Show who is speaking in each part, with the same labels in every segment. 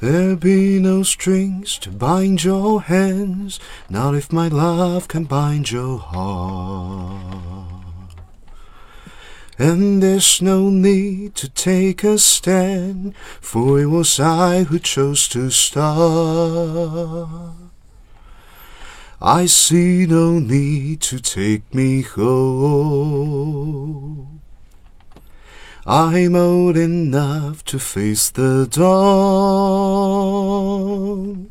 Speaker 1: There be no strings to bind your hands, not if my love can bind your heart. And there's no need to take a stand, for it was I who chose to start. I see no need to take me home. I'm old enough to face the dawn.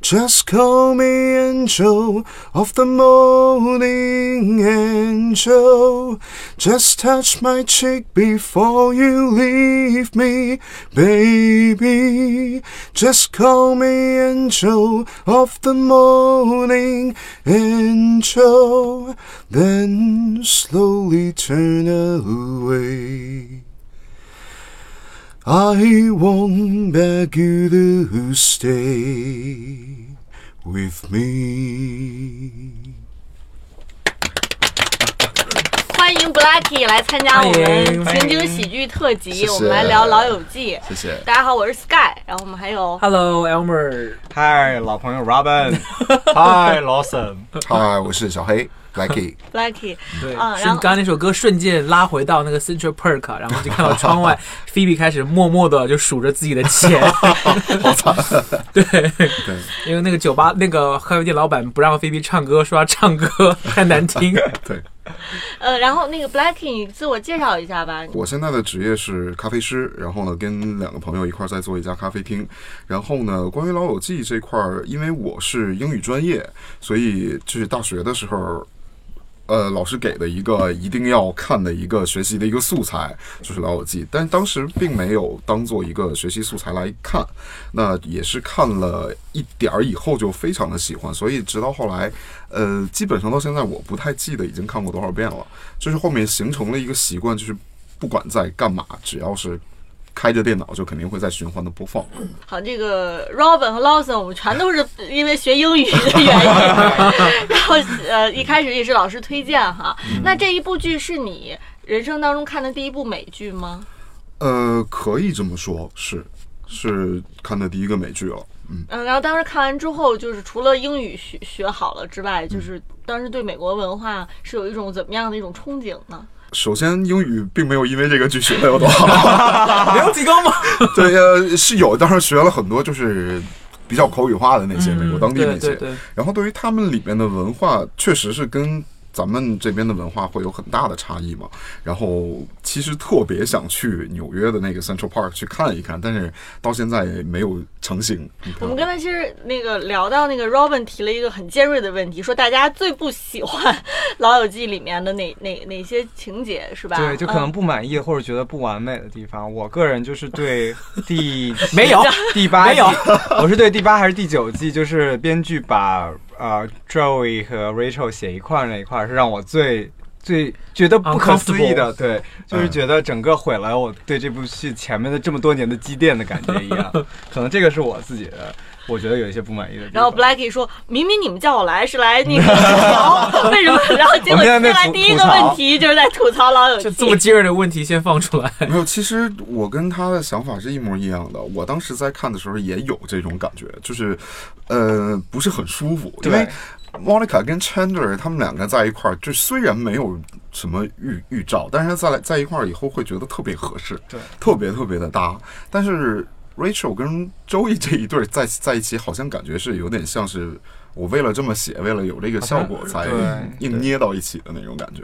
Speaker 1: Just call me angel of the morning angel. Just touch my cheek before you leave me, baby. Just call me angel of the morning angel. Then slowly turn away. I won't beg you to stay with me.
Speaker 2: 欢迎 Blacky 来参加我
Speaker 3: 欢
Speaker 2: 们
Speaker 3: 迎
Speaker 2: 情景喜剧特
Speaker 1: 谢
Speaker 2: 辑，
Speaker 1: 谢
Speaker 2: 我们来聊《老友记》。
Speaker 1: 谢谢。
Speaker 2: 大家好，我是 Sky，然后我们还有
Speaker 3: Hello Elmer，
Speaker 4: 嗨，老朋友 Robin，嗨，Lawson，
Speaker 1: 嗨，啊我是小黑 Lucky。
Speaker 2: Blacky，
Speaker 3: 对，
Speaker 2: 嗯
Speaker 3: 是
Speaker 2: 然后
Speaker 3: 刚刚那首歌瞬间拉回到那个 Central Park，然啊 后就看到窗外菲比开始默默的就数着自己的钱， 对
Speaker 1: 对，
Speaker 3: 因为那个酒吧那个咖啡店老板不让菲比唱歌，说他唱歌太难 听，
Speaker 1: 对，
Speaker 2: 呃，然后那个 Blacky，你自我介绍一下吧。
Speaker 1: 我现在的职业是咖啡师，然后呢，跟两个朋友一块儿在做一家咖啡厅。然后呢，关于老友记这块儿，因为我是英语专业，所以就是大学的时候。呃，老师给的一个一定要看的一个学习的一个素材就是《老友记》，但当时并没有当做一个学习素材来看，那也是看了一点儿以后就非常的喜欢，所以直到后来，呃，基本上到现在我不太记得已经看过多少遍了，就是后面形成了一个习惯，就是不管在干嘛，只要是开着电脑，就肯定会在循环的播放。
Speaker 2: 好，这个 Robin 和 Lawson，我们全都是因为学英语的原因， 然后呃，一开始也是老师推荐哈。
Speaker 3: 嗯
Speaker 2: 那这一部剧是你人生当中看的第一部美剧吗？
Speaker 1: 呃，可以这么说，是是看的第一个美剧了。嗯，
Speaker 2: 嗯，然后当时看完之后，就是除了英语学学好了之外，就是
Speaker 4: 嗯
Speaker 2: 当时对美国文化是有一种怎么样的一种憧憬呢？
Speaker 1: 首先英语并没有因为这个剧学的有多 好，
Speaker 3: 没有提高吗？
Speaker 1: 对，呃，是有，当然学了很多，就是比较口语化的那些美国当地那
Speaker 3: 嗯对对
Speaker 1: 些。
Speaker 3: 对，
Speaker 1: 然后对于他们里面的文化，确实是跟咱们这边的文化会有很大的差异嘛。然后其实特别想去纽约的那个 Central Park 去看一看，但是到现在没有成型。你看
Speaker 4: 嗯
Speaker 2: 我们刚才其实那个聊到那个 Robin 提了一个很尖锐的问题，说大家最不喜欢《老友记》里面的哪哪哪些情节是吧？
Speaker 4: 对，就可能
Speaker 2: 嗯
Speaker 4: 不满意或者觉得不完美的地方，我个人就是 对第七
Speaker 3: 没有
Speaker 4: 第八
Speaker 3: 没有
Speaker 4: 季，我是对第八还是第九季，就是编剧把呃 Joey 和 Rachel 写一块儿那一块儿是让我最。最觉得不可思议的，对，就是觉得整个毁了我对这部戏前面的这么多年的积淀的感觉一 样，可能这个是我自己的，我觉得有一些不满意的地方。
Speaker 2: 然后 Blacky 说：“明明你们叫我来是来 那个吐槽，为什么？”然后结果
Speaker 4: 我们现
Speaker 2: 接
Speaker 4: 在在
Speaker 2: 下来
Speaker 4: 吐
Speaker 2: 第一个问题就是在吐槽老友
Speaker 3: 就
Speaker 2: 记。
Speaker 3: 这么尖锐的问题先放出来，
Speaker 1: 没有，其实我跟他的想法是一模一样的。我当时在看的时候也有这种感觉，就是，呃，不是很舒服，因为
Speaker 4: 对
Speaker 1: Monica 跟 Chandler 他们两个在一块儿，就虽然没有什么预预兆，但是在来在一块儿以后会觉得特别合适，
Speaker 4: 对，
Speaker 1: 特别特别的搭。但是 Rachel 跟 Joey 这一对儿在在一起，好像感觉是有点像是我为了这么写，为了有这个效果才
Speaker 4: 对
Speaker 1: 硬捏到一起的那种感觉。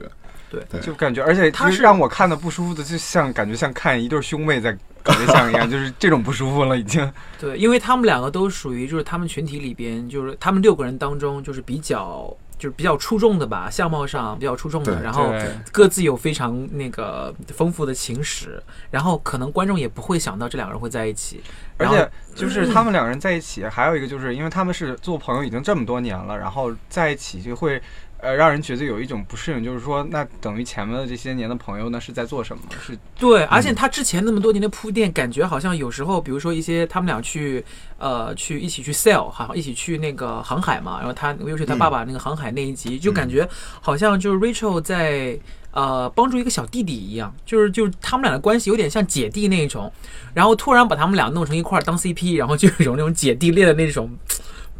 Speaker 4: 就感觉，而且
Speaker 3: 他
Speaker 4: 他
Speaker 3: 是
Speaker 4: 是让我看的不舒服的，就像感觉像看一对兄妹在搞对象一样，就是这种不舒服了已经。
Speaker 3: 对，因为他们两个都属于就是他们群体里边，就是他们六个人当中就是比较就是比较出众的吧，相貌上比较出众的，
Speaker 1: 对
Speaker 3: 然后
Speaker 4: 对
Speaker 3: 各自有非常那个丰富的情史，然后可能观众也不会想到这两个人会在一起，
Speaker 4: 而
Speaker 3: 然后嗯
Speaker 4: 且就是他们两个人在一起，还有一个就是因为他们是做朋友已经这么多年了，然后在一起就会。呃，让人觉得有一种不适应，就是说，那等于前面的这些年的朋友呢，是在做什么？是
Speaker 3: 对，而且他之前那么多年的铺垫，感觉好像有时候，比如说一些他们俩去呃去一起去 sail，好像一起去那个嗯航海嘛，然后他尤其是他爸爸那个航海那一集，就感觉好像就是 Rachel 在呃帮助一个小弟弟一样，就是就是他们俩的关系有点像姐弟那种，然后突然把他们俩弄成一块儿当 CP，然后就有一种那种姐弟恋的那种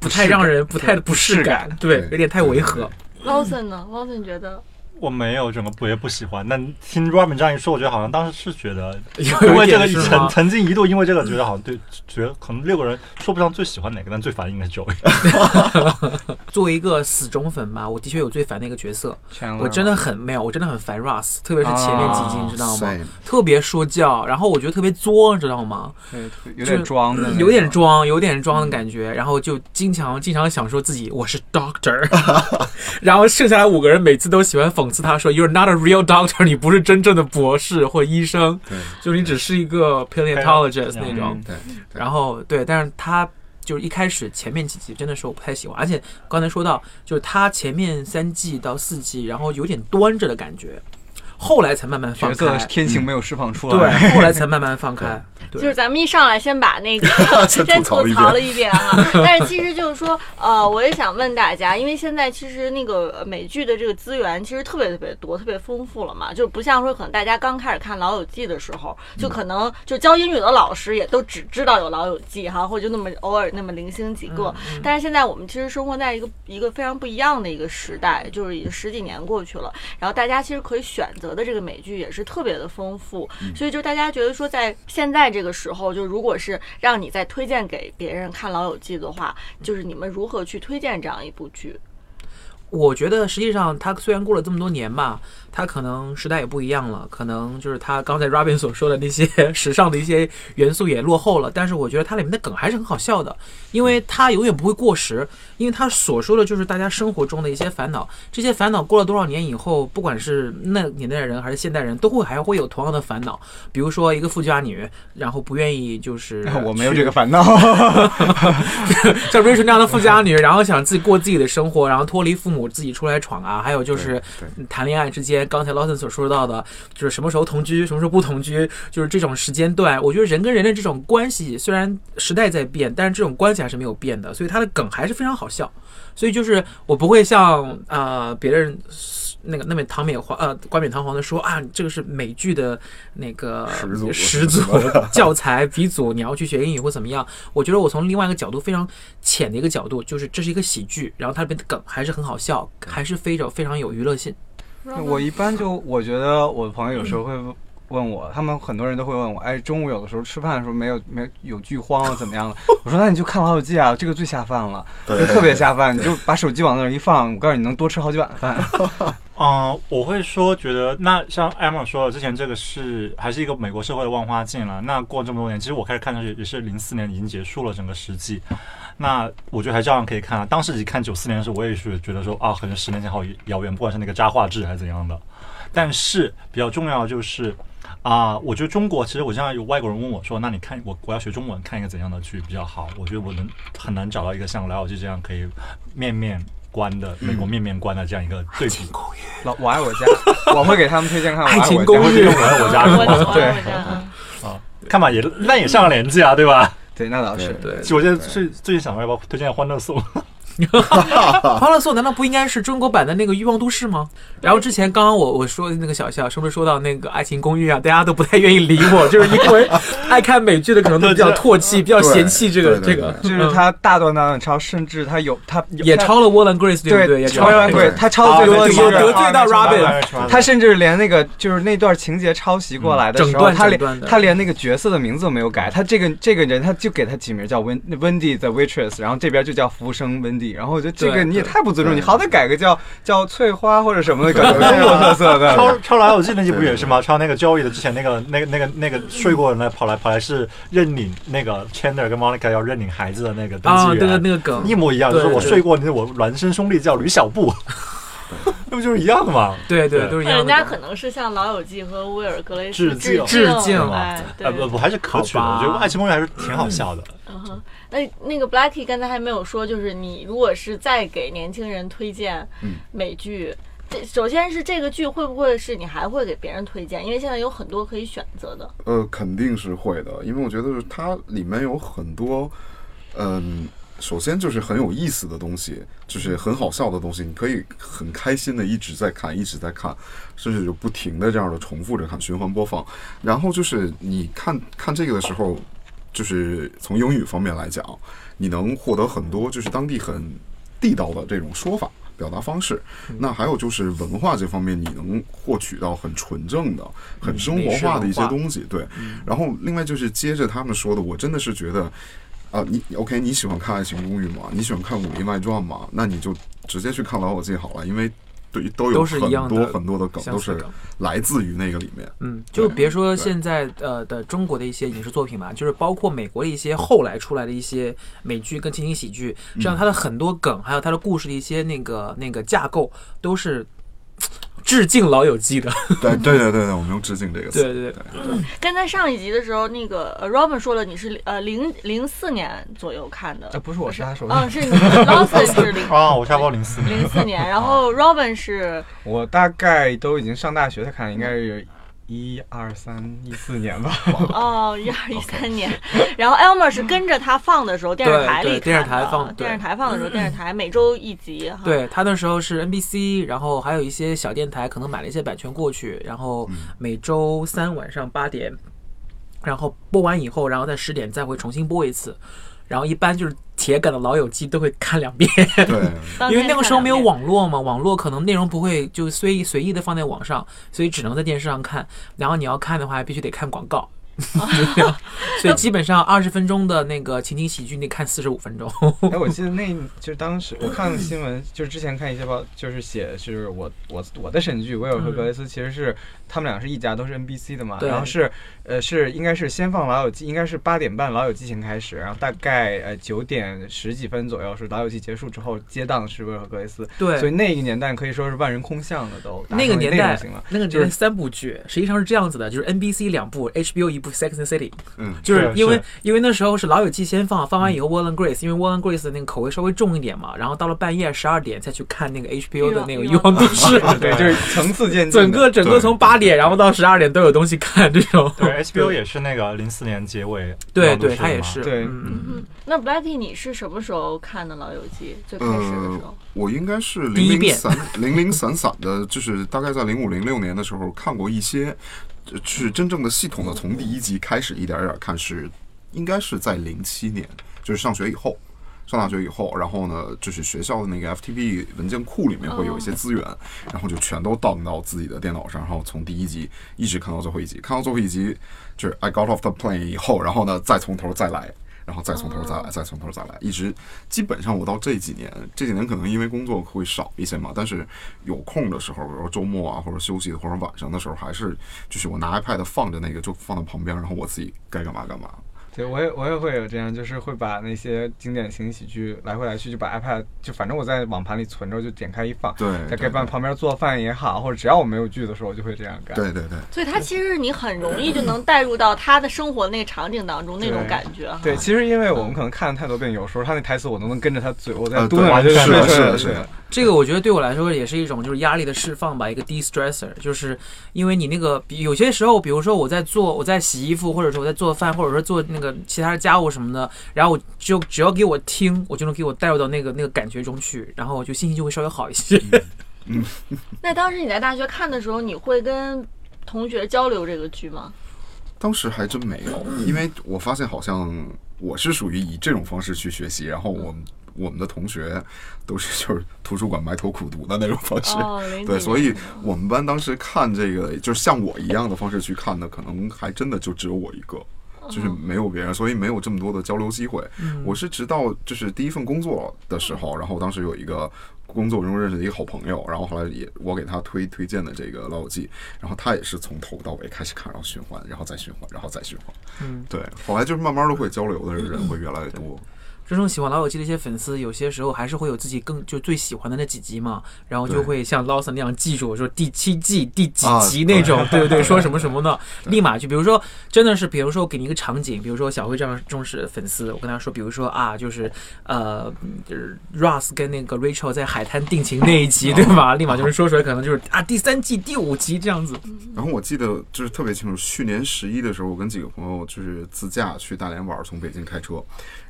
Speaker 3: 不太让人不太不适感，对，有点太违和。
Speaker 2: Lawson 呢？Lawson 觉得。
Speaker 5: 我没有整个不也不喜欢，但听 Robin 这样一说，我觉得好像当时是觉得，
Speaker 3: 因
Speaker 5: 为这个
Speaker 3: 是
Speaker 5: 曾曾经一度因为这个觉得好像对，觉得可能六个人说不上最喜欢哪个，但最烦应该是 Joey。
Speaker 3: 作为一个死忠粉吧，我的确有最烦的一个角色，
Speaker 4: 嗯
Speaker 3: 我真的很没有，我真的很烦 Russ，特别是前面几集，你知
Speaker 1: 啊
Speaker 3: 道吗？ 特别说教，然后我觉得特别作，知道吗？
Speaker 4: 有点装的，
Speaker 3: 有点装，有点装的感觉，然后就经常经常想说自己我是 Doctor，然 后剩下来五个人每次都喜欢讽。讽刺他说：“You're not a real doctor，你不是真正的博士或医生，就是你只是一个 paleontologist 那种。”
Speaker 1: 对。
Speaker 3: 然后对，但是他就是一开始前面几集真的是我不太喜欢，而且刚才说到，就是他前面三季到四季，然后有点端着的感觉，后来才慢慢放开。
Speaker 4: 天性没有释放出
Speaker 3: 来，对，后来才慢慢放开。
Speaker 2: 就是咱们一上来先把那个先吐槽了一遍哈、啊， 但是其实就是说，呃，我也想问大家，因为现在其实那个美剧的这个资源其实特别特别多，特别丰富了嘛，就是不像说可能大家刚开始看《老友记》的时候，就可能就教英语的老师也都只知道有《老友记》哈，或者就那么偶尔那么零星几个，但是现在我们其实生活在一个一个非常不一样的一个时代，就是已经十几年过去了，然后大家其实可以选择的这个美剧也是特别的丰富，所以就大家觉得说在现在这。这个时候，就如果是让你再推荐给别人看《老友记》的话，就是你们如何去推荐这样一部剧？
Speaker 3: 我觉得实际上，它虽然过了这么多年吧，它可能时代也不一样了，可能就是它刚才 Robin 所说的那些 时尚的一些元素也落后了。但是我觉得它里面的梗还是很好笑的，因为它永远不会过时，因为它所说的就是大家生活中的一些烦恼。这些烦恼过了多少年以后，不管是那年代人还是现代人，都会还会有同样的烦恼。比如说一个富家女，然后不愿意就是
Speaker 4: 我没有这个烦恼，
Speaker 3: 像 Rachel 那样的富家女，然后想自己过自己的生活，然后脱离父母。我自己出来闯啊，还有就是谈恋爱之间，刚才 Lawson 所说到的，就是什么时候同居，什么时候不同居，就是这种时间段。我觉得人跟人的这种关系，虽然时代在变，但是这种关系还是没有变的，所以它的梗还是非常好笑。所以就是我不会像呃别人那个那么堂冕皇呃冠冕堂皇的说啊，这个是美剧的那个
Speaker 1: 始祖
Speaker 3: 始祖教材鼻祖，你要去学英语或怎么样。我觉得我从另外一个角度非常浅的一个角度，就是这是一个喜剧，然后它里面的梗还是很好笑。笑还是非常非常有娱乐性。
Speaker 4: 我一般就我觉得我朋友有时候会问我，他们很多人都会问我，哎，中午有的时候吃饭的时候没有没有剧荒了怎么样了？我说那你就看《老友记》啊，这个最下饭了，就特别下饭，你就把手机往那儿一放，我告诉你能多吃好几碗饭。
Speaker 5: 嗯，我会说，觉得那像艾玛说的，之前这个是还是一个美国社会的万花镜了。那过这么多年，其实我开始看的是也是零四年已经结束了整个实际。那我觉得还照样可以看啊。当时一看九四年的时候，我也是觉得说啊，可能十年前好遥远，不管是那个渣画质还是怎样的。但是比较重要的就是啊，我觉得中国其实我现在有外国人问我说，那你看我我要学中文，看一个怎样的剧比较好？我觉得我能很难找到一个像《老友记》这样可以面面。关的美国面面观的这样一个对比，
Speaker 4: 老我爱我家，我会给他们推荐看《
Speaker 3: 爱情公寓》，
Speaker 5: 我爱我家，
Speaker 2: 对
Speaker 5: 啊，看吧也那也上了年纪啊，对吧？
Speaker 4: 对，那倒是。对，
Speaker 5: 我现在最最近想要不要推荐《欢乐颂》？
Speaker 3: 《欢乐颂》难道不应该是中国版的那个《欲望都市》吗？然后之前刚刚我我说那个小小是不是说到那个《爱情公寓》啊？大家都不太愿意理我，就是因为爱看美剧的可能都比较唾弃、比较嫌弃这个这个。嗯
Speaker 4: 就是他大段大段抄，甚至他有他
Speaker 3: 也抄了 Will and Grace，对不对？也
Speaker 4: 抄 Will and Grace，他抄的最多的
Speaker 3: 得罪到 Robin，
Speaker 4: 他甚至连那个就是那段情节抄袭过来的时候，他连他连那个角色的名字都没有改，他这个这个人他就给他起名叫 Wen Wendy the Waitress，然后这边就叫服务生 Wendy。然后我觉得这个你也太不尊重，你好歹改个叫叫翠花或者什么的，感觉中国特色 的。
Speaker 5: 抄抄老友记那集不也是吗？抄那个 Joey 的之前那个那个那个那个睡过人来跑来跑来是认领那个 Chandler 跟 Monica 要认领孩子的那个登记员，
Speaker 3: 啊那个那个梗
Speaker 5: 一模一样，就是我睡过你，我孪生兄弟叫吕小布。那不就是一样的嘛？
Speaker 3: 对对，都是一样。
Speaker 2: 人家可能是向《老友记》和威尔格雷
Speaker 5: 致
Speaker 2: 敬哎
Speaker 3: 致
Speaker 2: 敬
Speaker 5: 嘛？ 呃不不，还是可取的。我觉得《爱情公寓》还是挺好笑的。
Speaker 2: 嗯，那那个 Blacky 刚才还没有说，就是你如果是再给年轻人推荐美剧，这首先是这个剧会不会是你还会给别人推荐？因为现在有很多可以选择的。
Speaker 1: 呃，肯定是会的，因为我觉得它里面有很多，嗯。首先就是很有意思的东西，就是很好笑的东西，你可以很开心的一直在看，一直在看，甚至就不停的这样的重复着看，循环播放。然后就是你看看这个的时候，就是从英语方面来讲，你能获得很多就是当地很地道的这种说法。表达方式，那还有就是文化这方面，你能获取到很纯正的、很生活化的一些东西，对。然后另外就是接着他们说的，我真的是觉得，啊，你 OK，你喜欢看《爱情公寓》吗？你喜欢看《武林外传》吗？那你就直接去看《老友记》好了，因为对都有很多很多的梗都是来自于那个里 面。
Speaker 3: 嗯，就别说现在呃的中国的一些影视作品嘛，就是包括美国的一些后来出来的一些美剧跟情景喜剧，实际上它的很多梗，还有它的故事的一些那个那个架构，都是致敬《老友记》的。
Speaker 1: 对对对对对，我们用“致敬” 这个词。
Speaker 3: 对对对。
Speaker 2: 刚才上一集的时候，那个呃 Robin 说了，你是呃零零四年左右看的。
Speaker 4: 啊，不是我，是他说的。
Speaker 2: 嗯，是 你 Lawson 是零
Speaker 5: 啊，我差不多零四年。
Speaker 2: 零四年，然
Speaker 3: 哦
Speaker 2: 后 Robin 是
Speaker 4: 我大概都已经上大学才看，应该是一二三一四年吧。
Speaker 2: 哦，一 二一三年，然后 Elmer 是跟着他放的时候，电视台里
Speaker 3: 对对电视台
Speaker 2: 看的
Speaker 3: 放对
Speaker 2: 电视台放的时候，电视台每周一集哈。
Speaker 3: 对他那时候是 NBC，然后还有一些小电台可能买了一些版权过去，然后每周三晚上八点，然后播完以后，然后在十点再会重新播一次，然后一般就是铁杆的老友记都会看两遍，
Speaker 1: 对，
Speaker 2: 当
Speaker 3: 因为
Speaker 2: 天
Speaker 3: 那个
Speaker 2: 看
Speaker 3: 时候
Speaker 2: 两
Speaker 3: 没有
Speaker 2: 遍
Speaker 3: 网络嘛，网络可能内容不会就随意随意的放在网上，所以只能在电视上看。然后你要看的话，必须得看广 告，就这样。所以基本上二十分钟的那个情景喜剧，你得看四十五分钟。
Speaker 4: 哎，我记得那就是当时我看新闻，就是之前看一些报，就是写是我我我的神剧《威尔和格雷斯》，其实是他们俩是一家，都是 NBC 的
Speaker 3: 嗯
Speaker 4: 嘛。
Speaker 3: 对
Speaker 4: 然后是呃是应该是先放《老友记》，应该是八点半《老友记》先开始，然后大概呃九点十几分左右是《老友记》结束之后接档是《威尔和格雷斯》。
Speaker 3: 对
Speaker 4: 所以那个年代可以说是万人空巷了都。
Speaker 3: 那个年代
Speaker 4: 行了，，
Speaker 3: 那个
Speaker 4: 就
Speaker 3: 年
Speaker 4: 是
Speaker 3: 代三部剧实际上是这样子的，就是 NBC 两部，HBO 一部《Sex and City》，
Speaker 1: 嗯，
Speaker 3: 就是
Speaker 5: 是
Speaker 3: 因为
Speaker 5: 是
Speaker 3: 因为那时候是《老友记》先放，放完
Speaker 4: 嗯
Speaker 3: 以后《Will and Grace》，因为《Will and Grace》的那个口味稍微重一点嘛，然后到了半夜十二点再去看那个 HBO 的那个《
Speaker 2: 欲
Speaker 3: 欲
Speaker 2: 望
Speaker 3: 望都市》，
Speaker 4: 对，就是层次渐进的。
Speaker 3: 整个整个
Speaker 1: 对
Speaker 3: 从八点然后到十二点都有东西看，这种
Speaker 5: 对，HBO 也是那个零四年结尾，
Speaker 3: 对
Speaker 5: 然后都
Speaker 3: 对，他也
Speaker 5: 嘛
Speaker 3: 是
Speaker 4: 对
Speaker 3: 嗯
Speaker 2: 嗯，那 Blacky 你是什么时候看的《老友记》？最开始的时
Speaker 1: 呃
Speaker 2: 候，，
Speaker 1: 我应该是
Speaker 3: 第一
Speaker 1: 零零
Speaker 3: 遍
Speaker 1: 散 零零散散的，就是大概在零五零六年的时候看过一些，呃是真正的系统的从第一集开始一点儿一点儿看是，应该是在零七年，就是上学以后。上大学以后，然后呢，就是学校的那个 FTP 文件库里面会有一些资源，
Speaker 3: 哦
Speaker 1: 然后就全都 down 到自己的电脑上，然后从第一集一直看到最后一集，看到最后一集就是 I got off the plane 以后，然后呢再从头再来，然后再从头再来，再从头再来，一直基本上我到这几年，这几年可能因为工作会少一些嘛，但是有空的时候，比如说周末啊，或者休息或者晚上的时候，还是就是我拿 iPad 放着那个就放到旁边，然后我自己该干嘛干嘛。
Speaker 4: 对，我也我也会有这样，就是会把那些经典型喜剧来回来去，就把 iPad 就反正我在网盘里存着，就点开一放。
Speaker 1: 对
Speaker 4: 在
Speaker 1: 对
Speaker 4: 盖饭旁边做饭也好，或者只要我没有剧的时候，我就会这样干。，
Speaker 1: 对对对，
Speaker 2: 所以它其实你很容易就能带入到他的生活那个场景当中那种
Speaker 4: 对
Speaker 2: 感觉哈。
Speaker 4: 对，其实因为我们可能看了太多遍，有时候他那台词我都能跟着他嘴，我在
Speaker 1: 呃
Speaker 4: 嘟
Speaker 1: 对
Speaker 4: 囔着就
Speaker 5: 完
Speaker 1: 是
Speaker 4: 说
Speaker 1: 的，
Speaker 4: 出
Speaker 1: 是
Speaker 4: 来
Speaker 1: 的，
Speaker 4: 了
Speaker 1: 是的。，
Speaker 3: 这个我觉得对我来说也是一种就是压力的释放吧，一个 de stressor，就是因为你那个比有些时候，比如说我在做我在洗衣服，或者说我在做饭，或者说做那个其他的家务什么的，然后我就只要给我听，我就能给我带入到那个那个感觉中去，然后我就心情就会稍微好一些。
Speaker 2: 那当时你在大学看的时候，你会跟同学交流这个剧吗？
Speaker 1: 当时还真没有，因为我发现好像我是属于以这种方式去学习，然后我们我们的同学都是就是图书馆埋头苦读的那种方式。
Speaker 2: 哦，零几
Speaker 1: 对，
Speaker 2: 年
Speaker 1: 所以我们班当时看这个，就是像我一样的方式去看的，可能还真的就只有我一个，就是没有别人，所以没有这么多的交流机会。
Speaker 3: 嗯
Speaker 1: 我是直到就是第一份工作的时候，然后当时有一个。工作中认识的一个好朋友，然后后来也我给他推推荐的这个《老友记》，然后他也是从头到尾开始看，然后循环，然后再循环，然后再循环。
Speaker 3: 嗯，
Speaker 1: 对，后来就是慢慢的会交流的人会越来越多。
Speaker 3: 这种喜欢老友记的一些粉丝，有些时候还是会有自己更就最喜欢的那几集嘛，然后就
Speaker 1: 对
Speaker 3: 会像 Lawson 那样记住，说第七季第几
Speaker 1: 啊
Speaker 3: 集
Speaker 1: 对
Speaker 3: 那种，对对对，说 什么什么呢，立马去。比如说，真的是，比如说我给你一个场景，比如说小辉这样重视粉丝，我跟他说，比如说啊，就是呃嗯就是，Ross 跟那个 Rachel 在海。海滩定情那一集，对
Speaker 1: 啊
Speaker 3: 吧？立马就是说出来，可能就是啊，第三季第五集这样子。
Speaker 1: 然后我记得就是特别清楚，去年十一的时候，我跟几个朋友就是自驾去大连玩，从北京开车，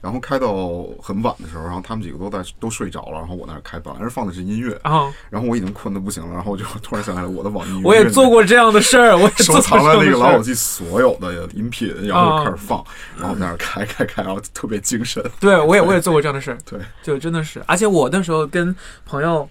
Speaker 1: 然后开到很晚的时候，然后他们几个都在都睡着了，然后我在那开，本来是放的是音乐，
Speaker 3: 然后
Speaker 1: 然后我已经困得不行了，然后我就突然想起来我的网易云，
Speaker 3: 我也做过这样的事儿，哦我也
Speaker 1: 收藏了那个老友记
Speaker 3: 记。
Speaker 1: 所有的音频，然后开始放，然后在那儿开开开，然后特别精神。
Speaker 3: 对，我也我也做过这样的事儿，
Speaker 1: 对，
Speaker 3: 就真的是，而且我那时候跟朋友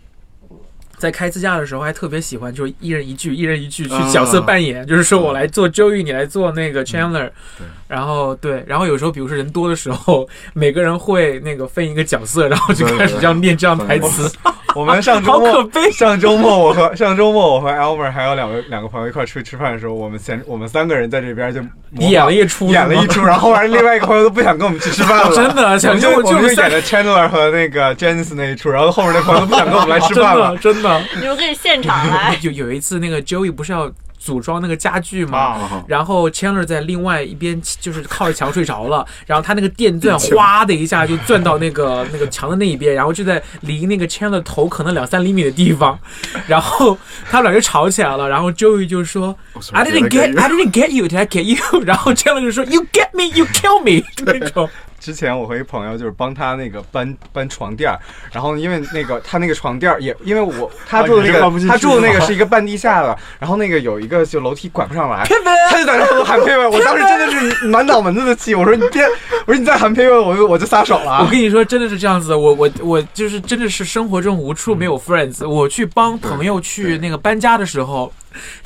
Speaker 3: 在开自驾的时候，还特别喜欢，就是一人一句，一人一句
Speaker 4: 啊
Speaker 3: 去角色扮演，就是说我来做 Joey，你来做那
Speaker 4: 嗯
Speaker 3: 个 Chandler，、
Speaker 1: 对
Speaker 3: 然后对，然后有时候比如说人多的时候，每个人会那个分一个角色，然后就开始这样念这样的台词，
Speaker 4: 我们上周
Speaker 3: 好可
Speaker 4: 末，
Speaker 3: 悲。
Speaker 4: 上周末我和上周末我和 Albert 还有两位两个朋友一块儿出去吃饭的时候，我们先我们三个人在这边就模仿
Speaker 3: 演了一出，
Speaker 4: 演了一
Speaker 3: 是吗，
Speaker 4: 出，然后后来另外一个朋友都不想跟我们去吃饭了。
Speaker 3: 真的，啊
Speaker 4: 我
Speaker 3: 想
Speaker 4: 们
Speaker 3: 就
Speaker 4: 就我
Speaker 3: 就
Speaker 4: 们就是演了 Chandler 和那个 Janice 那一出，然后后面那朋友都不想跟我们来吃
Speaker 3: 真
Speaker 4: 饭了
Speaker 3: 的。真的。。
Speaker 2: 你们可以现场来
Speaker 3: 有有一次那个 Joey 不是要组装那个家具吗？
Speaker 5: 啊，
Speaker 3: 然后 Chandler 在另外一边就是靠着墙睡着了，然后他那个电钻哗的一下就钻到那个那个墙的那一边，然后就在离那个 Chandler 头可能两三厘米的地方， 然后他们俩就吵起来了，然后 Joey 就说 I didn't get I didn't get you did I get you，然 后 Chandler 就说 You get me you kill me 那种，
Speaker 4: 之前我和一朋友就是帮他那个搬搬床垫儿，然后因为那个他那个床垫儿也因为我他
Speaker 3: 啊
Speaker 4: 住的那
Speaker 5: 你是搬不
Speaker 4: 个
Speaker 5: 进去
Speaker 4: 他住的那个是一个半地下的，然后那个有一个就楼梯拐不上来，他就在那儿喊佩佩，我当时真的是满脑门子的气，我说你别，我说你再喊佩佩，我就我就撒手了
Speaker 3: 我
Speaker 4: 啊。
Speaker 3: 跟你说，真的是这样子的。我我我就是真的是生活中无处没有 friends。我去帮朋友去那个搬家的时候，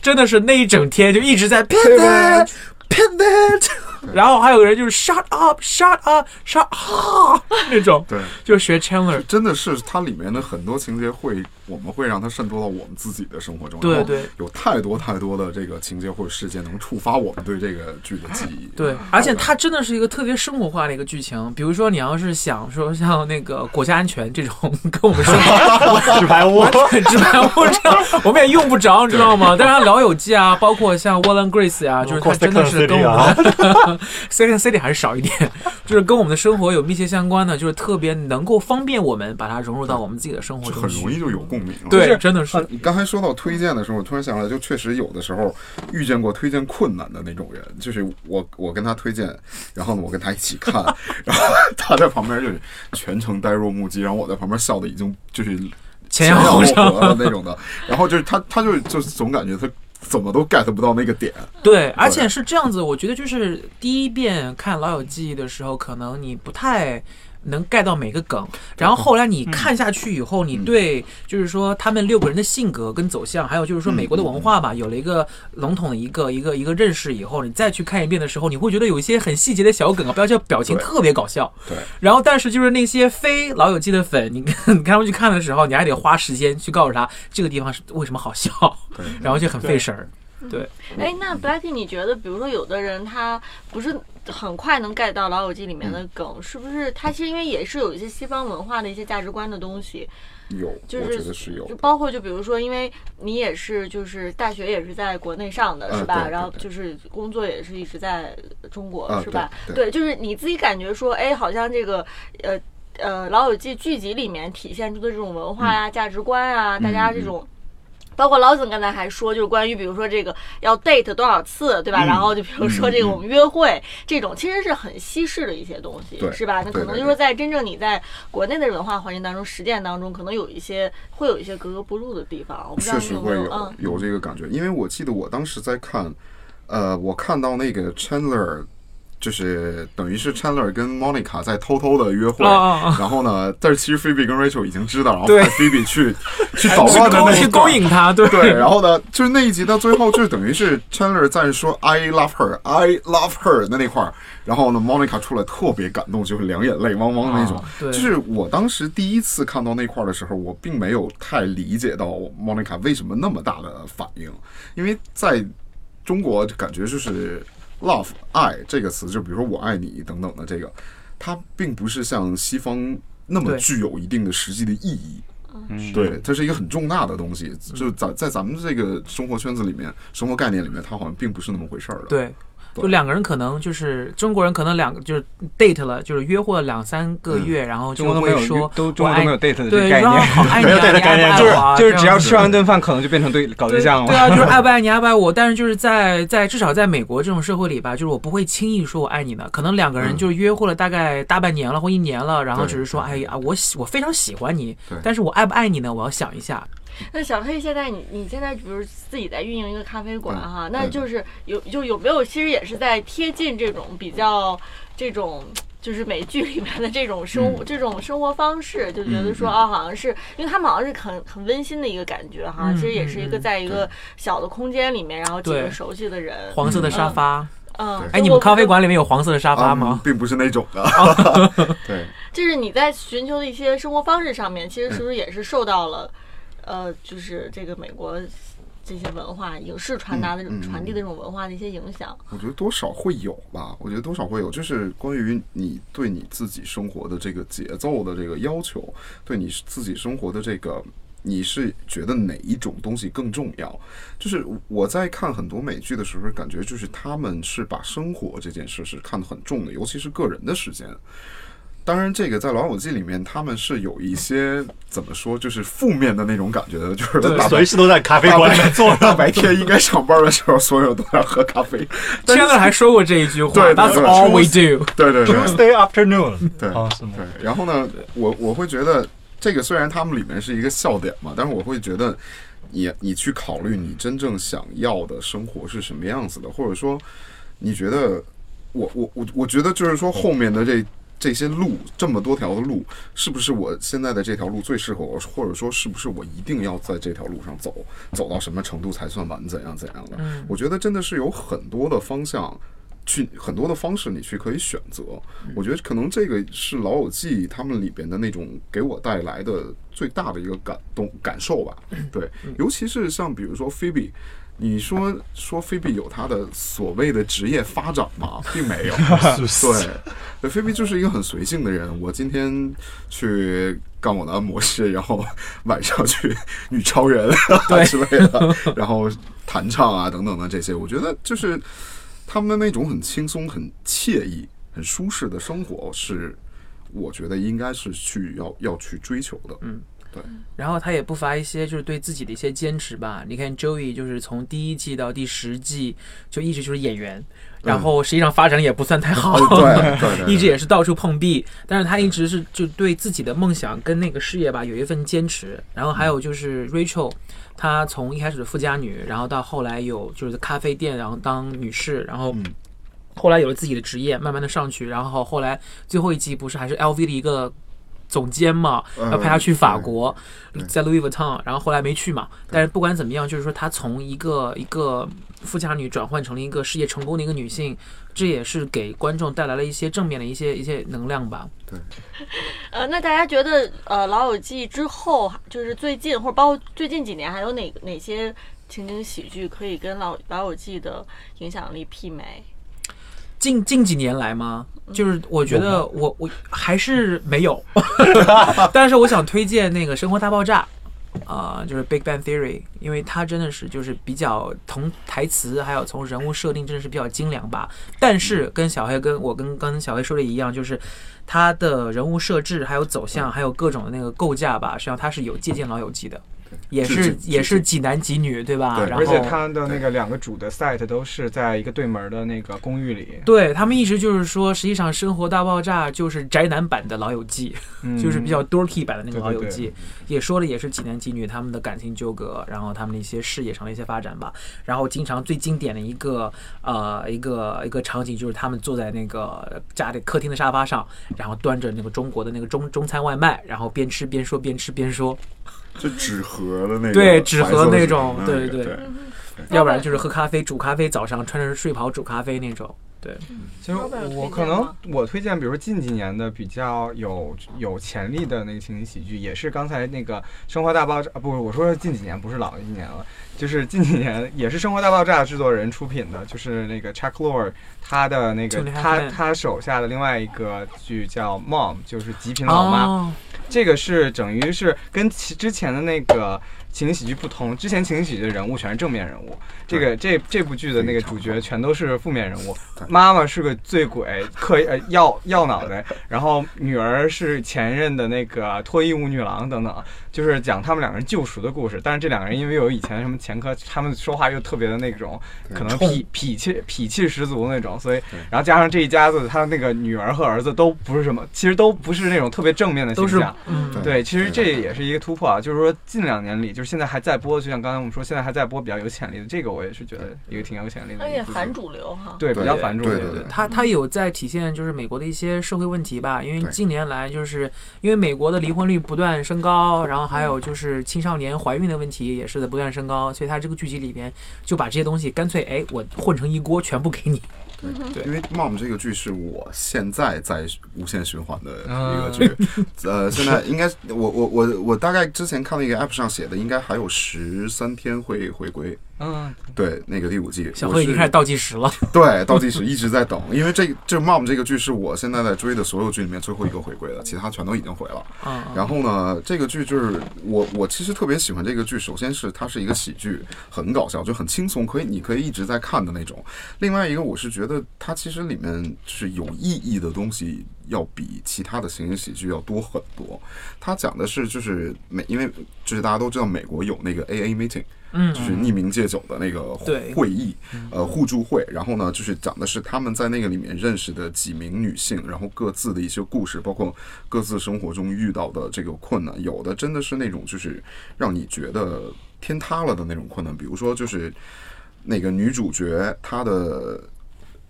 Speaker 3: 真的是那一整天就一直在 pivot pivot，然 后还有人就是 shut up shut up shut up 那种，
Speaker 1: 对，
Speaker 3: 就学 Chandler。
Speaker 1: 真的是它里面的很多情节会，我们会让它渗透到我们自己的生活中。
Speaker 3: 对
Speaker 1: 然后
Speaker 3: 对
Speaker 1: 有太多太多的这个情节或者事件能触发我们对这个剧的记忆。
Speaker 3: 对，而且它真的是一个特别生活化的一个剧情。比如说，你要是想说像那个国家安全这种跟我们生活
Speaker 5: 纸牌屋，
Speaker 3: 纸牌屋这样，我们也用不着，你知道吗？当然，《老友记》啊，包括像《Wall and Grace》啊， 就是它真的是跟我
Speaker 1: 啊
Speaker 3: 们的 Second City 还是少一点，就是跟我们的生活有密切相关的，就是特别能够方便我们把它融入到我们自己的生活
Speaker 1: 就
Speaker 3: 中
Speaker 1: 很
Speaker 3: 去。
Speaker 1: 容易就有共鸣了。
Speaker 3: 对，真的是呃
Speaker 1: 你刚才说到推荐的时候，我突然想起来，就确实有的时候遇见过推荐困难的那种人，就是我我跟他推荐，然后呢我跟他一起看， 然后他在旁边就是全程呆若木鸡，然后我在旁边笑的已经就是
Speaker 3: 前
Speaker 1: 仰
Speaker 3: 仰后合。
Speaker 1: 后合的那种的，然后就是他他就就总感觉他怎么都 get 不到那个点，
Speaker 3: 对，而且是这样子，我觉得就是第一遍看《老友记》的时候，可能你不太。能 get 到每个梗，然后后来你看下去以后，你
Speaker 1: 嗯
Speaker 3: 对就是说他们六个人的性格跟走向，还有就是说美国的文化
Speaker 1: 嗯
Speaker 3: 吧，有了一个笼统的一个一个一个认识以后，你再去看一遍的时候，你会觉得有一些很细节的小梗啊，不要叫表情
Speaker 1: 对
Speaker 3: 特别搞笑，
Speaker 1: 对，
Speaker 3: 然后，但是就是那些非老友记的粉，你看你看他们去看的时候，你还得花时间去告诉他这个地方是为什么好笑，
Speaker 1: 对
Speaker 3: 然后就很费神儿。
Speaker 2: 哎，那 Blacky，你觉得，比如说有的人他不是很快能 get 到《老友记》里面的梗，是不是他其实因为也是有一些西方文化的一些价值观的东西，
Speaker 1: 有，
Speaker 2: 就是
Speaker 1: 我觉得是有
Speaker 2: 就。包括就比如说，因为你也是就是大学也是在国内上的
Speaker 1: 嗯
Speaker 2: 是吧？
Speaker 1: 对对
Speaker 2: 然后
Speaker 1: 对
Speaker 2: 就是工作也是一直在中国、
Speaker 1: 啊
Speaker 2: 是吧？对，
Speaker 1: 对
Speaker 2: 就是你自己感觉说，哎，好像这个呃呃《老友记》剧集里面体现出的这种文化
Speaker 1: 嗯
Speaker 2: 呀、价值观啊，大家这种。包括老总刚才还说，就是关于比如说这个要 date 多少次，
Speaker 1: 嗯
Speaker 2: 对吧？然后就比如说这个我们约会这种，其实是很稀释的一些东西，
Speaker 1: 对
Speaker 2: 是吧？那
Speaker 1: 对
Speaker 2: 可
Speaker 1: 对
Speaker 2: 能
Speaker 1: 对
Speaker 2: 就是说在真正你在国内的文化环境当中、实践当中，可能有一些会有一些格格不入的地方。我不知道
Speaker 1: 确
Speaker 2: 你
Speaker 1: 实
Speaker 2: 有没
Speaker 1: 会
Speaker 2: 有，
Speaker 1: 有
Speaker 2: 嗯，
Speaker 1: 有这个感觉，因为我记得我当时在看，呃，我看到那个 Chandler，就是等于是 Chandler 跟 Monica 在偷偷的约会，
Speaker 3: 哦哦哦
Speaker 1: 然后呢，但是其实 Phoebe 跟 Rachel 已经知道，然后
Speaker 3: 对
Speaker 1: 派 Phoebe 去去捣乱的那
Speaker 3: 去
Speaker 1: 一
Speaker 3: 勾
Speaker 1: 段。
Speaker 3: 引他，对
Speaker 1: 对，然后呢，就是那一集到最后，就是等于是 Chandler 在说 "I love her, I love her" 的那块儿，然后呢，Monica 出来特别感动，就是两眼泪汪汪的那种。
Speaker 3: 啊对
Speaker 1: 就是我当时第一次看到那块儿的时候，我并没有太理解到 Monica 为什么那么大的反应，因为在中国感觉就是 love 爱这个词，就比如说我爱你等等的这个，它并不是像西方那么
Speaker 3: 对
Speaker 1: 具有一定的实际的意义。对，它是一个很重大的东西，就在在咱们这个生活圈子里面、生活概念里面，它好像并不是那么回事儿的。
Speaker 3: 对。就两个人可能就是中国人可能两个就是 date 了，就是约会了两三个月，然后就
Speaker 4: 嗯中国都没
Speaker 3: 会
Speaker 4: 有
Speaker 3: 说
Speaker 4: 都中国都没有 date 的这
Speaker 3: 对，
Speaker 4: 个概
Speaker 3: 然后
Speaker 4: 念，
Speaker 3: 好爱你
Speaker 5: 没有
Speaker 3: 啊，
Speaker 5: date
Speaker 3: 你
Speaker 5: 的
Speaker 3: 爱
Speaker 5: 概
Speaker 3: 不
Speaker 5: 念
Speaker 3: 爱
Speaker 5: 就是
Speaker 3: 我啊，
Speaker 4: 就是
Speaker 3: 这
Speaker 4: 只
Speaker 3: 样
Speaker 4: 要
Speaker 3: 子
Speaker 4: 吃完顿饭，可能就变成对搞对象了。
Speaker 3: 对啊，就是 爱不爱你爱不爱我，但是就是在在至少在美国这种社会里吧，就是我不会轻易说我爱你的。可能两个人
Speaker 1: 嗯
Speaker 3: 就是约会了大概大半年了或一年了，然后
Speaker 1: 对
Speaker 3: 只是说哎呀，我喜我非常喜欢你
Speaker 1: 对，
Speaker 3: 但是我爱不爱你呢？我要想一下。
Speaker 2: 那小黑，现在你你现在比如自己在运营一个咖啡馆
Speaker 1: 嗯
Speaker 2: 哈，那就是有就有没有其实也是在贴近这种比较这种。就是美剧里面的这种生活，这种生活方式，就觉得说
Speaker 1: 嗯嗯嗯
Speaker 2: 啊，好像是因为他们好像是很很温馨的一个感觉哈，
Speaker 3: 嗯
Speaker 2: 其实也是一个
Speaker 3: 嗯嗯
Speaker 2: 在一个小的空间里面，然后几
Speaker 3: 对
Speaker 2: 个熟悉的人，
Speaker 3: 黄色的沙发，
Speaker 2: 嗯，
Speaker 3: 哎，你们咖啡馆里面有黄色的沙发
Speaker 1: 嗯
Speaker 3: 吗？
Speaker 1: 并不是那种的， 对，
Speaker 2: 就是你在寻求的一些生活方式上面，其实是不是也是受到了，呃，就是这个美国这些文化影视传达的这种、
Speaker 1: 嗯嗯
Speaker 2: 传递的这种文化的一些影响？
Speaker 1: 我觉得多少会有吧，我觉得多少会有，就是关于你对你自己生活的这个节奏的这个要求，对你自己生活的这个，你是觉得哪一种东西更重要？就是我在看很多美剧的时候，感觉就是他们是把生活这件事是看得很重的，尤其是个人的时间。当然，这个在《老友记》里面，他们是有一些怎么说，就是负面的那种感觉的，就是大白
Speaker 5: 随时都在咖啡
Speaker 1: 大
Speaker 5: 馆里
Speaker 1: 白
Speaker 5: 面坐
Speaker 1: 大
Speaker 5: 着。
Speaker 1: 白天应该上班的时候，所有人都在喝咖啡。但是
Speaker 3: 圈子还说过这一句话
Speaker 1: 对对
Speaker 3: ，That's
Speaker 1: 对
Speaker 3: all we do。
Speaker 1: 对对对，
Speaker 5: Tuesday afternoon，
Speaker 1: 对
Speaker 5: 哦，是吗？
Speaker 1: 对，然后呢，我我会觉得这个虽然他们里面是一个笑点嘛，但是我会觉得你你去考虑你真正想要的生活是什么样子的，或者说你觉得我我我我觉得就是说后面的这。这些路这么多条的路，是不是我现在的这条路最适合我？或者说，是不是我一定要在这条路上走，走到什么程度才算完？怎样怎样的？
Speaker 3: 嗯
Speaker 1: 我觉得真的是有很多的方向去，很多的方式你去可以选择。我觉得可能这个是《老友记》他们里边的那种给我带来的最大的一个感动感受吧。对，尤其是像比如说菲比。你说说菲比有她的所谓的职业发展吗？并没有。对，对，菲比就是一个很随性的人。我今天去干我的按摩师，然后晚上去女超人啊 之类的，然后弹唱啊等等的这些，我觉得就是他们那种很轻松、很惬意、很舒适的生活是。我觉得应该是去要要去追求的，
Speaker 3: 然后他也不乏一些就是对自己的一些坚持吧。你看 Joey 就是从第一季到第十季就一直就是演员，然后实际上发展也不算太好，
Speaker 1: 哦 嗯对对对对
Speaker 3: 一直也是到处碰壁。但是他一直是就对自己的梦想跟那个事业吧有一份坚持。然后还有就是 Rachel，她从一开始的富家女，然后到后来有就是咖啡店，然后当女士，然后。后来有了自己的职业，慢慢的上去，然后后来最后一集不是还是 LV 的一个总监嘛，
Speaker 1: 嗯
Speaker 3: 要派他去法国
Speaker 1: 对对，
Speaker 3: 在 Louis Vuitton，然后后来没去嘛。但是不管怎么样，就是说她从一个一个富家女转换成了一个事业成功的一个女性，这也是给观众带来了一些正面的一些一些能量吧。
Speaker 2: 呃，那大家觉得呃，《老友记》之后，就是最近或者包括最近几年，还有哪哪些情景喜剧可以跟老《老友记》的影响力媲美？
Speaker 3: 近近几年来吗？就是我觉得我 我还是没 有，但是我想推荐那个《生活大爆炸》啊、就是 Big Bang Theory，因为它真的是就是比较从台词还有从人物设定真的是比较精良吧。但是跟小黑跟我跟刚才小黑说的一样，就是它的人物设置还有走向还有各种的那个构架吧，实际上它是有借鉴《老友记》的，也
Speaker 1: 致
Speaker 3: 是
Speaker 1: 敬
Speaker 3: 也是
Speaker 1: 致
Speaker 3: 几男几女对吧？
Speaker 1: 对
Speaker 3: 然后
Speaker 4: 而且他的那个两个主的 site 都是在一个对门的那个公寓里，
Speaker 3: 对他们一直就是说，实际上《生活大爆炸》就是宅男版的《老友记》
Speaker 4: 嗯
Speaker 3: 就是比较 dorky 版的那个《
Speaker 4: 对对
Speaker 3: 老友
Speaker 4: 对
Speaker 3: 记》也说的也是几男几女他们的感情纠葛，然后他们的一些事业上的一些发展吧。然后经常最经典的一个呃一个一个场景就是他们坐在那个家里客厅的沙发上，然后端着那个中国的那个中中餐外卖，然后边吃边说边吃边说，
Speaker 1: 就纸盒的那个
Speaker 3: 对纸盒那种
Speaker 1: 白色
Speaker 3: 对
Speaker 1: 的纸盒
Speaker 3: 对
Speaker 1: 那个对
Speaker 3: 对要不然就是喝咖啡煮咖啡，早上穿着睡袍煮咖啡那种。对，
Speaker 4: 其实
Speaker 2: 老板有推
Speaker 4: 我
Speaker 2: 荐
Speaker 4: 可能
Speaker 2: 吗
Speaker 4: 我推荐，比如说近几年的比较有有潜力的那个情景喜剧，也是刚才那个《生活大爆炸》啊，不，我说是近几年，不是老一年了，就是近几年也是《生活大爆炸》制作人出品的，就是那个 Chuck Lorre 他的那个
Speaker 3: Two and a Half
Speaker 4: 他
Speaker 3: Men
Speaker 4: 他手下的另外一个剧叫《Mom》，就是《极品老妈》
Speaker 3: 哦，
Speaker 4: 这个是等于是跟其之前的那个情景喜剧不同，之前情景喜剧的人物全是正面人物，这个这这部剧的那个主角全都是负面人物。妈妈是个醉鬼，嗑呃药药脑袋，然后女儿是前任的那个脱衣舞女郎等等，就是讲他们两个人救赎的故事。但是这两个人因为有以前什么前科，他们说话又特别的那种，可能痞痞气痞气十足那种，所以然后加上这一家子，他那个女儿和儿子都不是什么，其实都不是那种特别正面的形象。
Speaker 3: 嗯，
Speaker 4: 对，其实这也是一个突破啊，就是说近两年里，就是现在还在播，就像刚才我们说，现在还在播比较有潜力的，这个我也是觉得一个挺有潜力的
Speaker 2: 而
Speaker 4: 一
Speaker 2: 且
Speaker 4: 个部剧，
Speaker 2: 反主流哈。
Speaker 4: 嗯对比较反主
Speaker 1: 对
Speaker 4: 流
Speaker 1: 对对
Speaker 4: 的，
Speaker 3: 它它有在体现就是美国的一些社会问题吧，因为
Speaker 1: 对
Speaker 3: 近年来就是因为美国的离婚率不断升高，然后还
Speaker 1: 嗯
Speaker 3: 有就是青少年怀孕的问题也是在不断升高，所以它这个剧集里边就把这些东西干脆哎我混成一锅全部给你，对
Speaker 1: 因为《Mom》这个剧是我现在在无限循环的一
Speaker 4: 啊
Speaker 1: 个剧，呃，现在应该我我我我大概之前看了一个 App 上写的，应该还有十三天会回归，
Speaker 4: 嗯，
Speaker 1: 对，那个第五季，
Speaker 3: 小
Speaker 1: 我
Speaker 3: 慧已经
Speaker 1: 是
Speaker 3: 开始倒计时 了，
Speaker 1: 对倒计时一直在等，因为这这《Mom》这个剧是我现在在追的所有剧里面最后一个回归的，其他全都已经回了。
Speaker 3: 嗯，嗯
Speaker 1: 然后呢，这个剧就是我我其实特别喜欢这个剧，首先是它是一个喜剧，很搞笑，就很轻松，可以你可以一直在看的那种。另外一个，我是觉得它其实里面是有意义的东西，要比其他的情景喜剧要多很多。它讲的是就是美，因为就是大家都知道美国有那个 AA meeting。
Speaker 3: 嗯
Speaker 1: 就是匿名戒酒的那个
Speaker 3: 对
Speaker 1: 会议，呃，互助会。然后呢，就是讲的是他们在那个里面认识的几名女性，然后各自的一些故事，包括各自生活中遇到的这个困难。有的真的是那种就是让你觉得天塌了的那种困难，比如说就是那个女主角她的。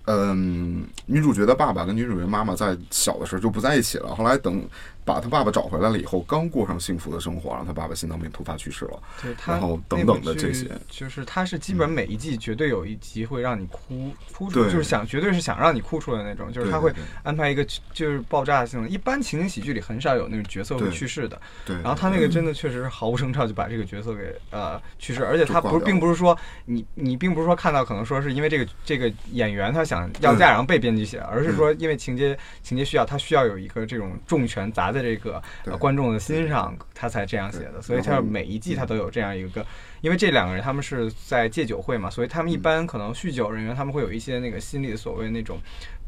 Speaker 1: 嗯，女主角的爸爸跟女主角妈妈在小的时候就不在一起了。后来等把她爸爸找回来了以后，刚过上幸福的生活，然后她爸爸心脏病突发去世了。
Speaker 4: 对他
Speaker 1: 然后等
Speaker 4: 那部
Speaker 1: 等的这
Speaker 4: 剧
Speaker 1: 些嗯
Speaker 4: 就是它是基本每一季绝对有一集会让你哭哭出，
Speaker 1: 对
Speaker 4: 就是想绝对是想让你哭出来的那种，就是
Speaker 1: 对
Speaker 4: 他
Speaker 1: 对
Speaker 4: 会
Speaker 1: 对
Speaker 4: 安排一个就是爆炸性的，一般情景喜剧里很少有那种角色会
Speaker 1: 对
Speaker 4: 去世的，
Speaker 1: 对，嗯
Speaker 4: 然后他那个真的确实是毫无征兆就把这个角色给呃去世，而且他
Speaker 1: 就挂
Speaker 4: 不是
Speaker 1: 掉
Speaker 4: 并不是说你你并不是说看到可能说是因为这个这个演员他想要价然后被编剧写，而是说因为情节情节需要，他需要有一个这种重拳砸在这个、呃
Speaker 1: 对
Speaker 4: 观众的心上，他才这样写的。所以他
Speaker 1: 然后嗯
Speaker 4: 每一季他都有这样一个，因为这两个人他们是在戒酒会嘛，所以他
Speaker 1: 嗯
Speaker 4: 们一般可能酗酒人员他们会有一些那个心理所谓那种。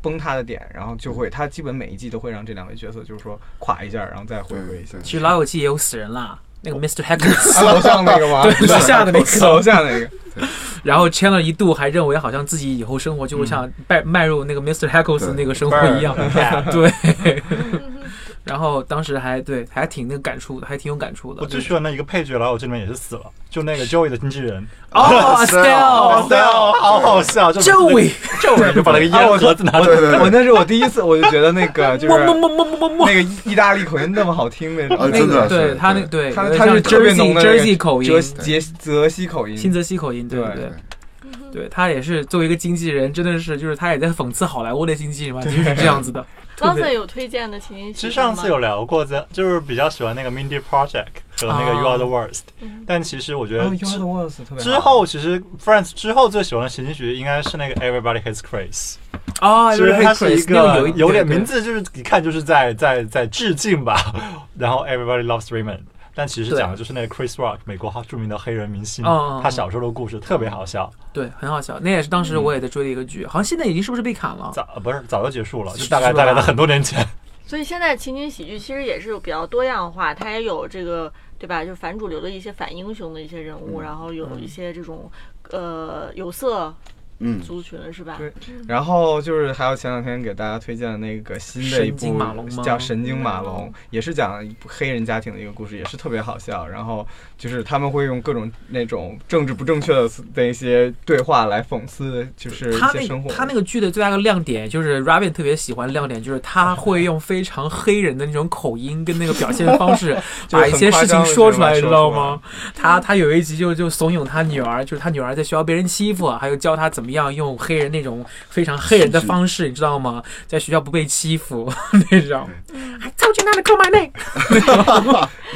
Speaker 4: 崩塌的点，然后就会，他基本每一季都会让这两位角色，就是说垮一下，然后再回归一下
Speaker 1: 对。对
Speaker 3: 其实老友记也有死人啦，那
Speaker 1: 哦
Speaker 3: 个 Mr. Hackers，
Speaker 4: 楼上那个吗？
Speaker 3: 对楼下的那个
Speaker 4: 楼下那个，
Speaker 3: 然后 Chandler 一度还认为好像自己以后生活就会像迈迈入那个 Mr. Hackles
Speaker 1: 嗯对
Speaker 3: 那个生活一样， 对。然后当时还对还挺那个感触的，还挺有感触的。嗯
Speaker 5: 我最喜欢的一个配角来我这里面也是死了，就那个 Joey 的经纪人
Speaker 3: 哦 s t e l
Speaker 1: 哦
Speaker 3: l
Speaker 5: 对哦，好好笑，就
Speaker 3: Joey
Speaker 5: 就把那个烟盒子拿出
Speaker 1: 对对
Speaker 5: 来，
Speaker 1: 对，
Speaker 4: 啊我那是我第一次，我就觉得那个就是
Speaker 3: 么么么么么么，
Speaker 4: 那个意大利口音那么好听那种
Speaker 1: 啊，
Speaker 3: 那
Speaker 1: 真
Speaker 3: 个
Speaker 1: 的
Speaker 3: 对
Speaker 1: 是
Speaker 3: 他那
Speaker 1: 对
Speaker 3: 对
Speaker 4: 他
Speaker 3: 有点
Speaker 4: 他是
Speaker 3: 像
Speaker 4: 特别浓的
Speaker 3: Jersey
Speaker 4: 那个
Speaker 3: Jersey 口
Speaker 4: 泽
Speaker 3: 音，
Speaker 4: 泽泽西口音，哦
Speaker 3: 新泽西口音，对
Speaker 4: 对
Speaker 3: 对。对他也是作为一个经纪人，真的是就是他也在讽刺好莱坞的经纪人嘛，就是这样子的。特
Speaker 2: 刚才
Speaker 3: 别
Speaker 2: 有推荐的情景喜剧吗？
Speaker 5: 其实上次有聊过，在就是比较喜欢那个 Mindy Project 和那个
Speaker 3: 啊哦
Speaker 5: You Are the Worst，、
Speaker 2: 嗯
Speaker 5: 但其实我觉
Speaker 4: 然
Speaker 5: 得
Speaker 4: 后 You
Speaker 5: 之、
Speaker 4: Are the Worst 特别好
Speaker 5: 之后其实 Friends 之后最喜欢的情景喜剧应该是那个 Everybody Hates Chris，
Speaker 3: 哦，
Speaker 5: 其实它是一个
Speaker 3: 有
Speaker 5: 有点名
Speaker 3: 字。
Speaker 5: 字就是一看就是在在在致敬吧，然后 Everybody Loves Raymond。但其实
Speaker 3: 对
Speaker 5: 讲的就是那个 Chris Rock，美国著名的黑人明星，
Speaker 3: 嗯嗯嗯
Speaker 5: 他小时候的故事特别好笑。
Speaker 3: 对，很好笑，那也是当时我也在追的一个剧，好像现在已经是不是被砍了？
Speaker 5: 早呃不是早就结束了，就是大概
Speaker 3: 吧
Speaker 5: 大概在很多年前。
Speaker 2: 所以现在情景喜剧其实也是有比较多样化，它也有这个对吧？就反主流的一些反英雄的一些人物，
Speaker 3: 嗯
Speaker 2: 然后有一些这种呃有色
Speaker 1: 嗯，
Speaker 2: 族群是吧？
Speaker 4: 对然后就是还有前两天给大家推荐的那个新的一
Speaker 3: 神经
Speaker 4: 部
Speaker 3: 马龙吗
Speaker 4: 叫《神经马龙》，也是讲一部黑人家庭的一个故事，也是特别好笑。然后就是他们会用各种那种政治不正确的那些对话来讽刺，就是一
Speaker 3: 他
Speaker 4: 些生活
Speaker 3: 那。他那个剧的最大的亮点就是 Robin 特别喜欢亮点，就是他会用非常黑人的那种口音跟那个表现方式，
Speaker 4: 就是
Speaker 3: 把一些事情说出来，你
Speaker 4: 很夸张的
Speaker 3: 知道
Speaker 4: 说
Speaker 3: 吗？他他有一集就就怂恿他女儿，就是他女儿在学校被人欺负，还有教他怎么样用黑人那种非常黑人的方式，你知道吗？在学校不被欺负 那种。I 哎 told you not to call my name,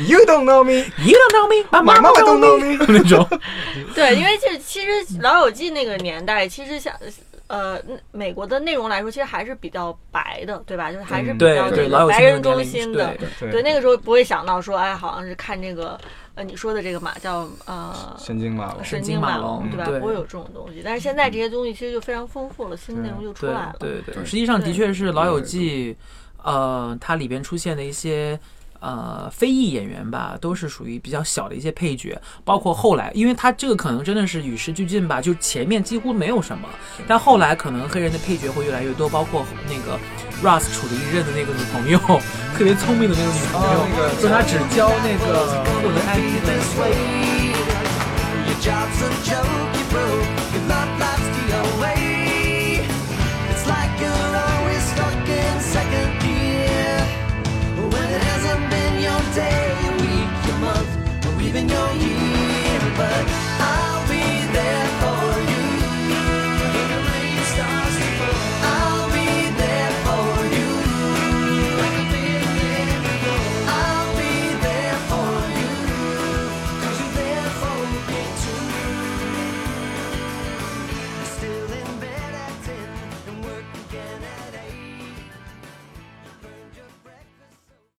Speaker 4: You don't know me，
Speaker 3: you don't know me, my
Speaker 4: 妈
Speaker 3: mama
Speaker 4: 妈
Speaker 3: don't
Speaker 4: don't
Speaker 3: know
Speaker 4: know
Speaker 3: me
Speaker 4: me。
Speaker 3: 那种。
Speaker 2: 对，因为这其实《老友记》那个年代，其实像呃美国的内容来说，其实还是比较白的，对吧？就是还是比
Speaker 3: 嗯对
Speaker 2: 较
Speaker 3: 对，
Speaker 2: 这
Speaker 3: 老
Speaker 2: 个
Speaker 3: 有
Speaker 2: 白
Speaker 3: 青
Speaker 2: 人
Speaker 3: 春的
Speaker 2: 中
Speaker 3: 年龄
Speaker 2: 心的
Speaker 3: 对。
Speaker 4: 对
Speaker 2: 对，那个时候不会想到说，哎，好像是看这个，呃，你说的这个马叫呃
Speaker 4: 神经马龙，
Speaker 2: 神
Speaker 3: 神
Speaker 2: 经
Speaker 3: 经马
Speaker 2: 龙，
Speaker 3: 龙
Speaker 2: 对吧？
Speaker 3: 对
Speaker 2: 不会有这种东西。但是现在这些东西其实就非常丰富了，新的内容就出
Speaker 3: 对
Speaker 2: 来了。
Speaker 3: 对对
Speaker 1: 对
Speaker 3: 实际上
Speaker 2: 对
Speaker 3: 的确是《老友记》，呃，它里边出现的一些。呃，非裔演员吧，都是属于比较小的一些配角，包括后来，因为他这个可能真的是与时俱进吧，就前面几乎没有什么，但后来可能黑人的配角会越来越多，包括那个 Russ 处着一任的那个女朋友，特别聪嗯明的那个女朋友，
Speaker 4: 哦那个
Speaker 3: 就他只教那个获得爱丽的那个
Speaker 6: Your job's a joke, you broke.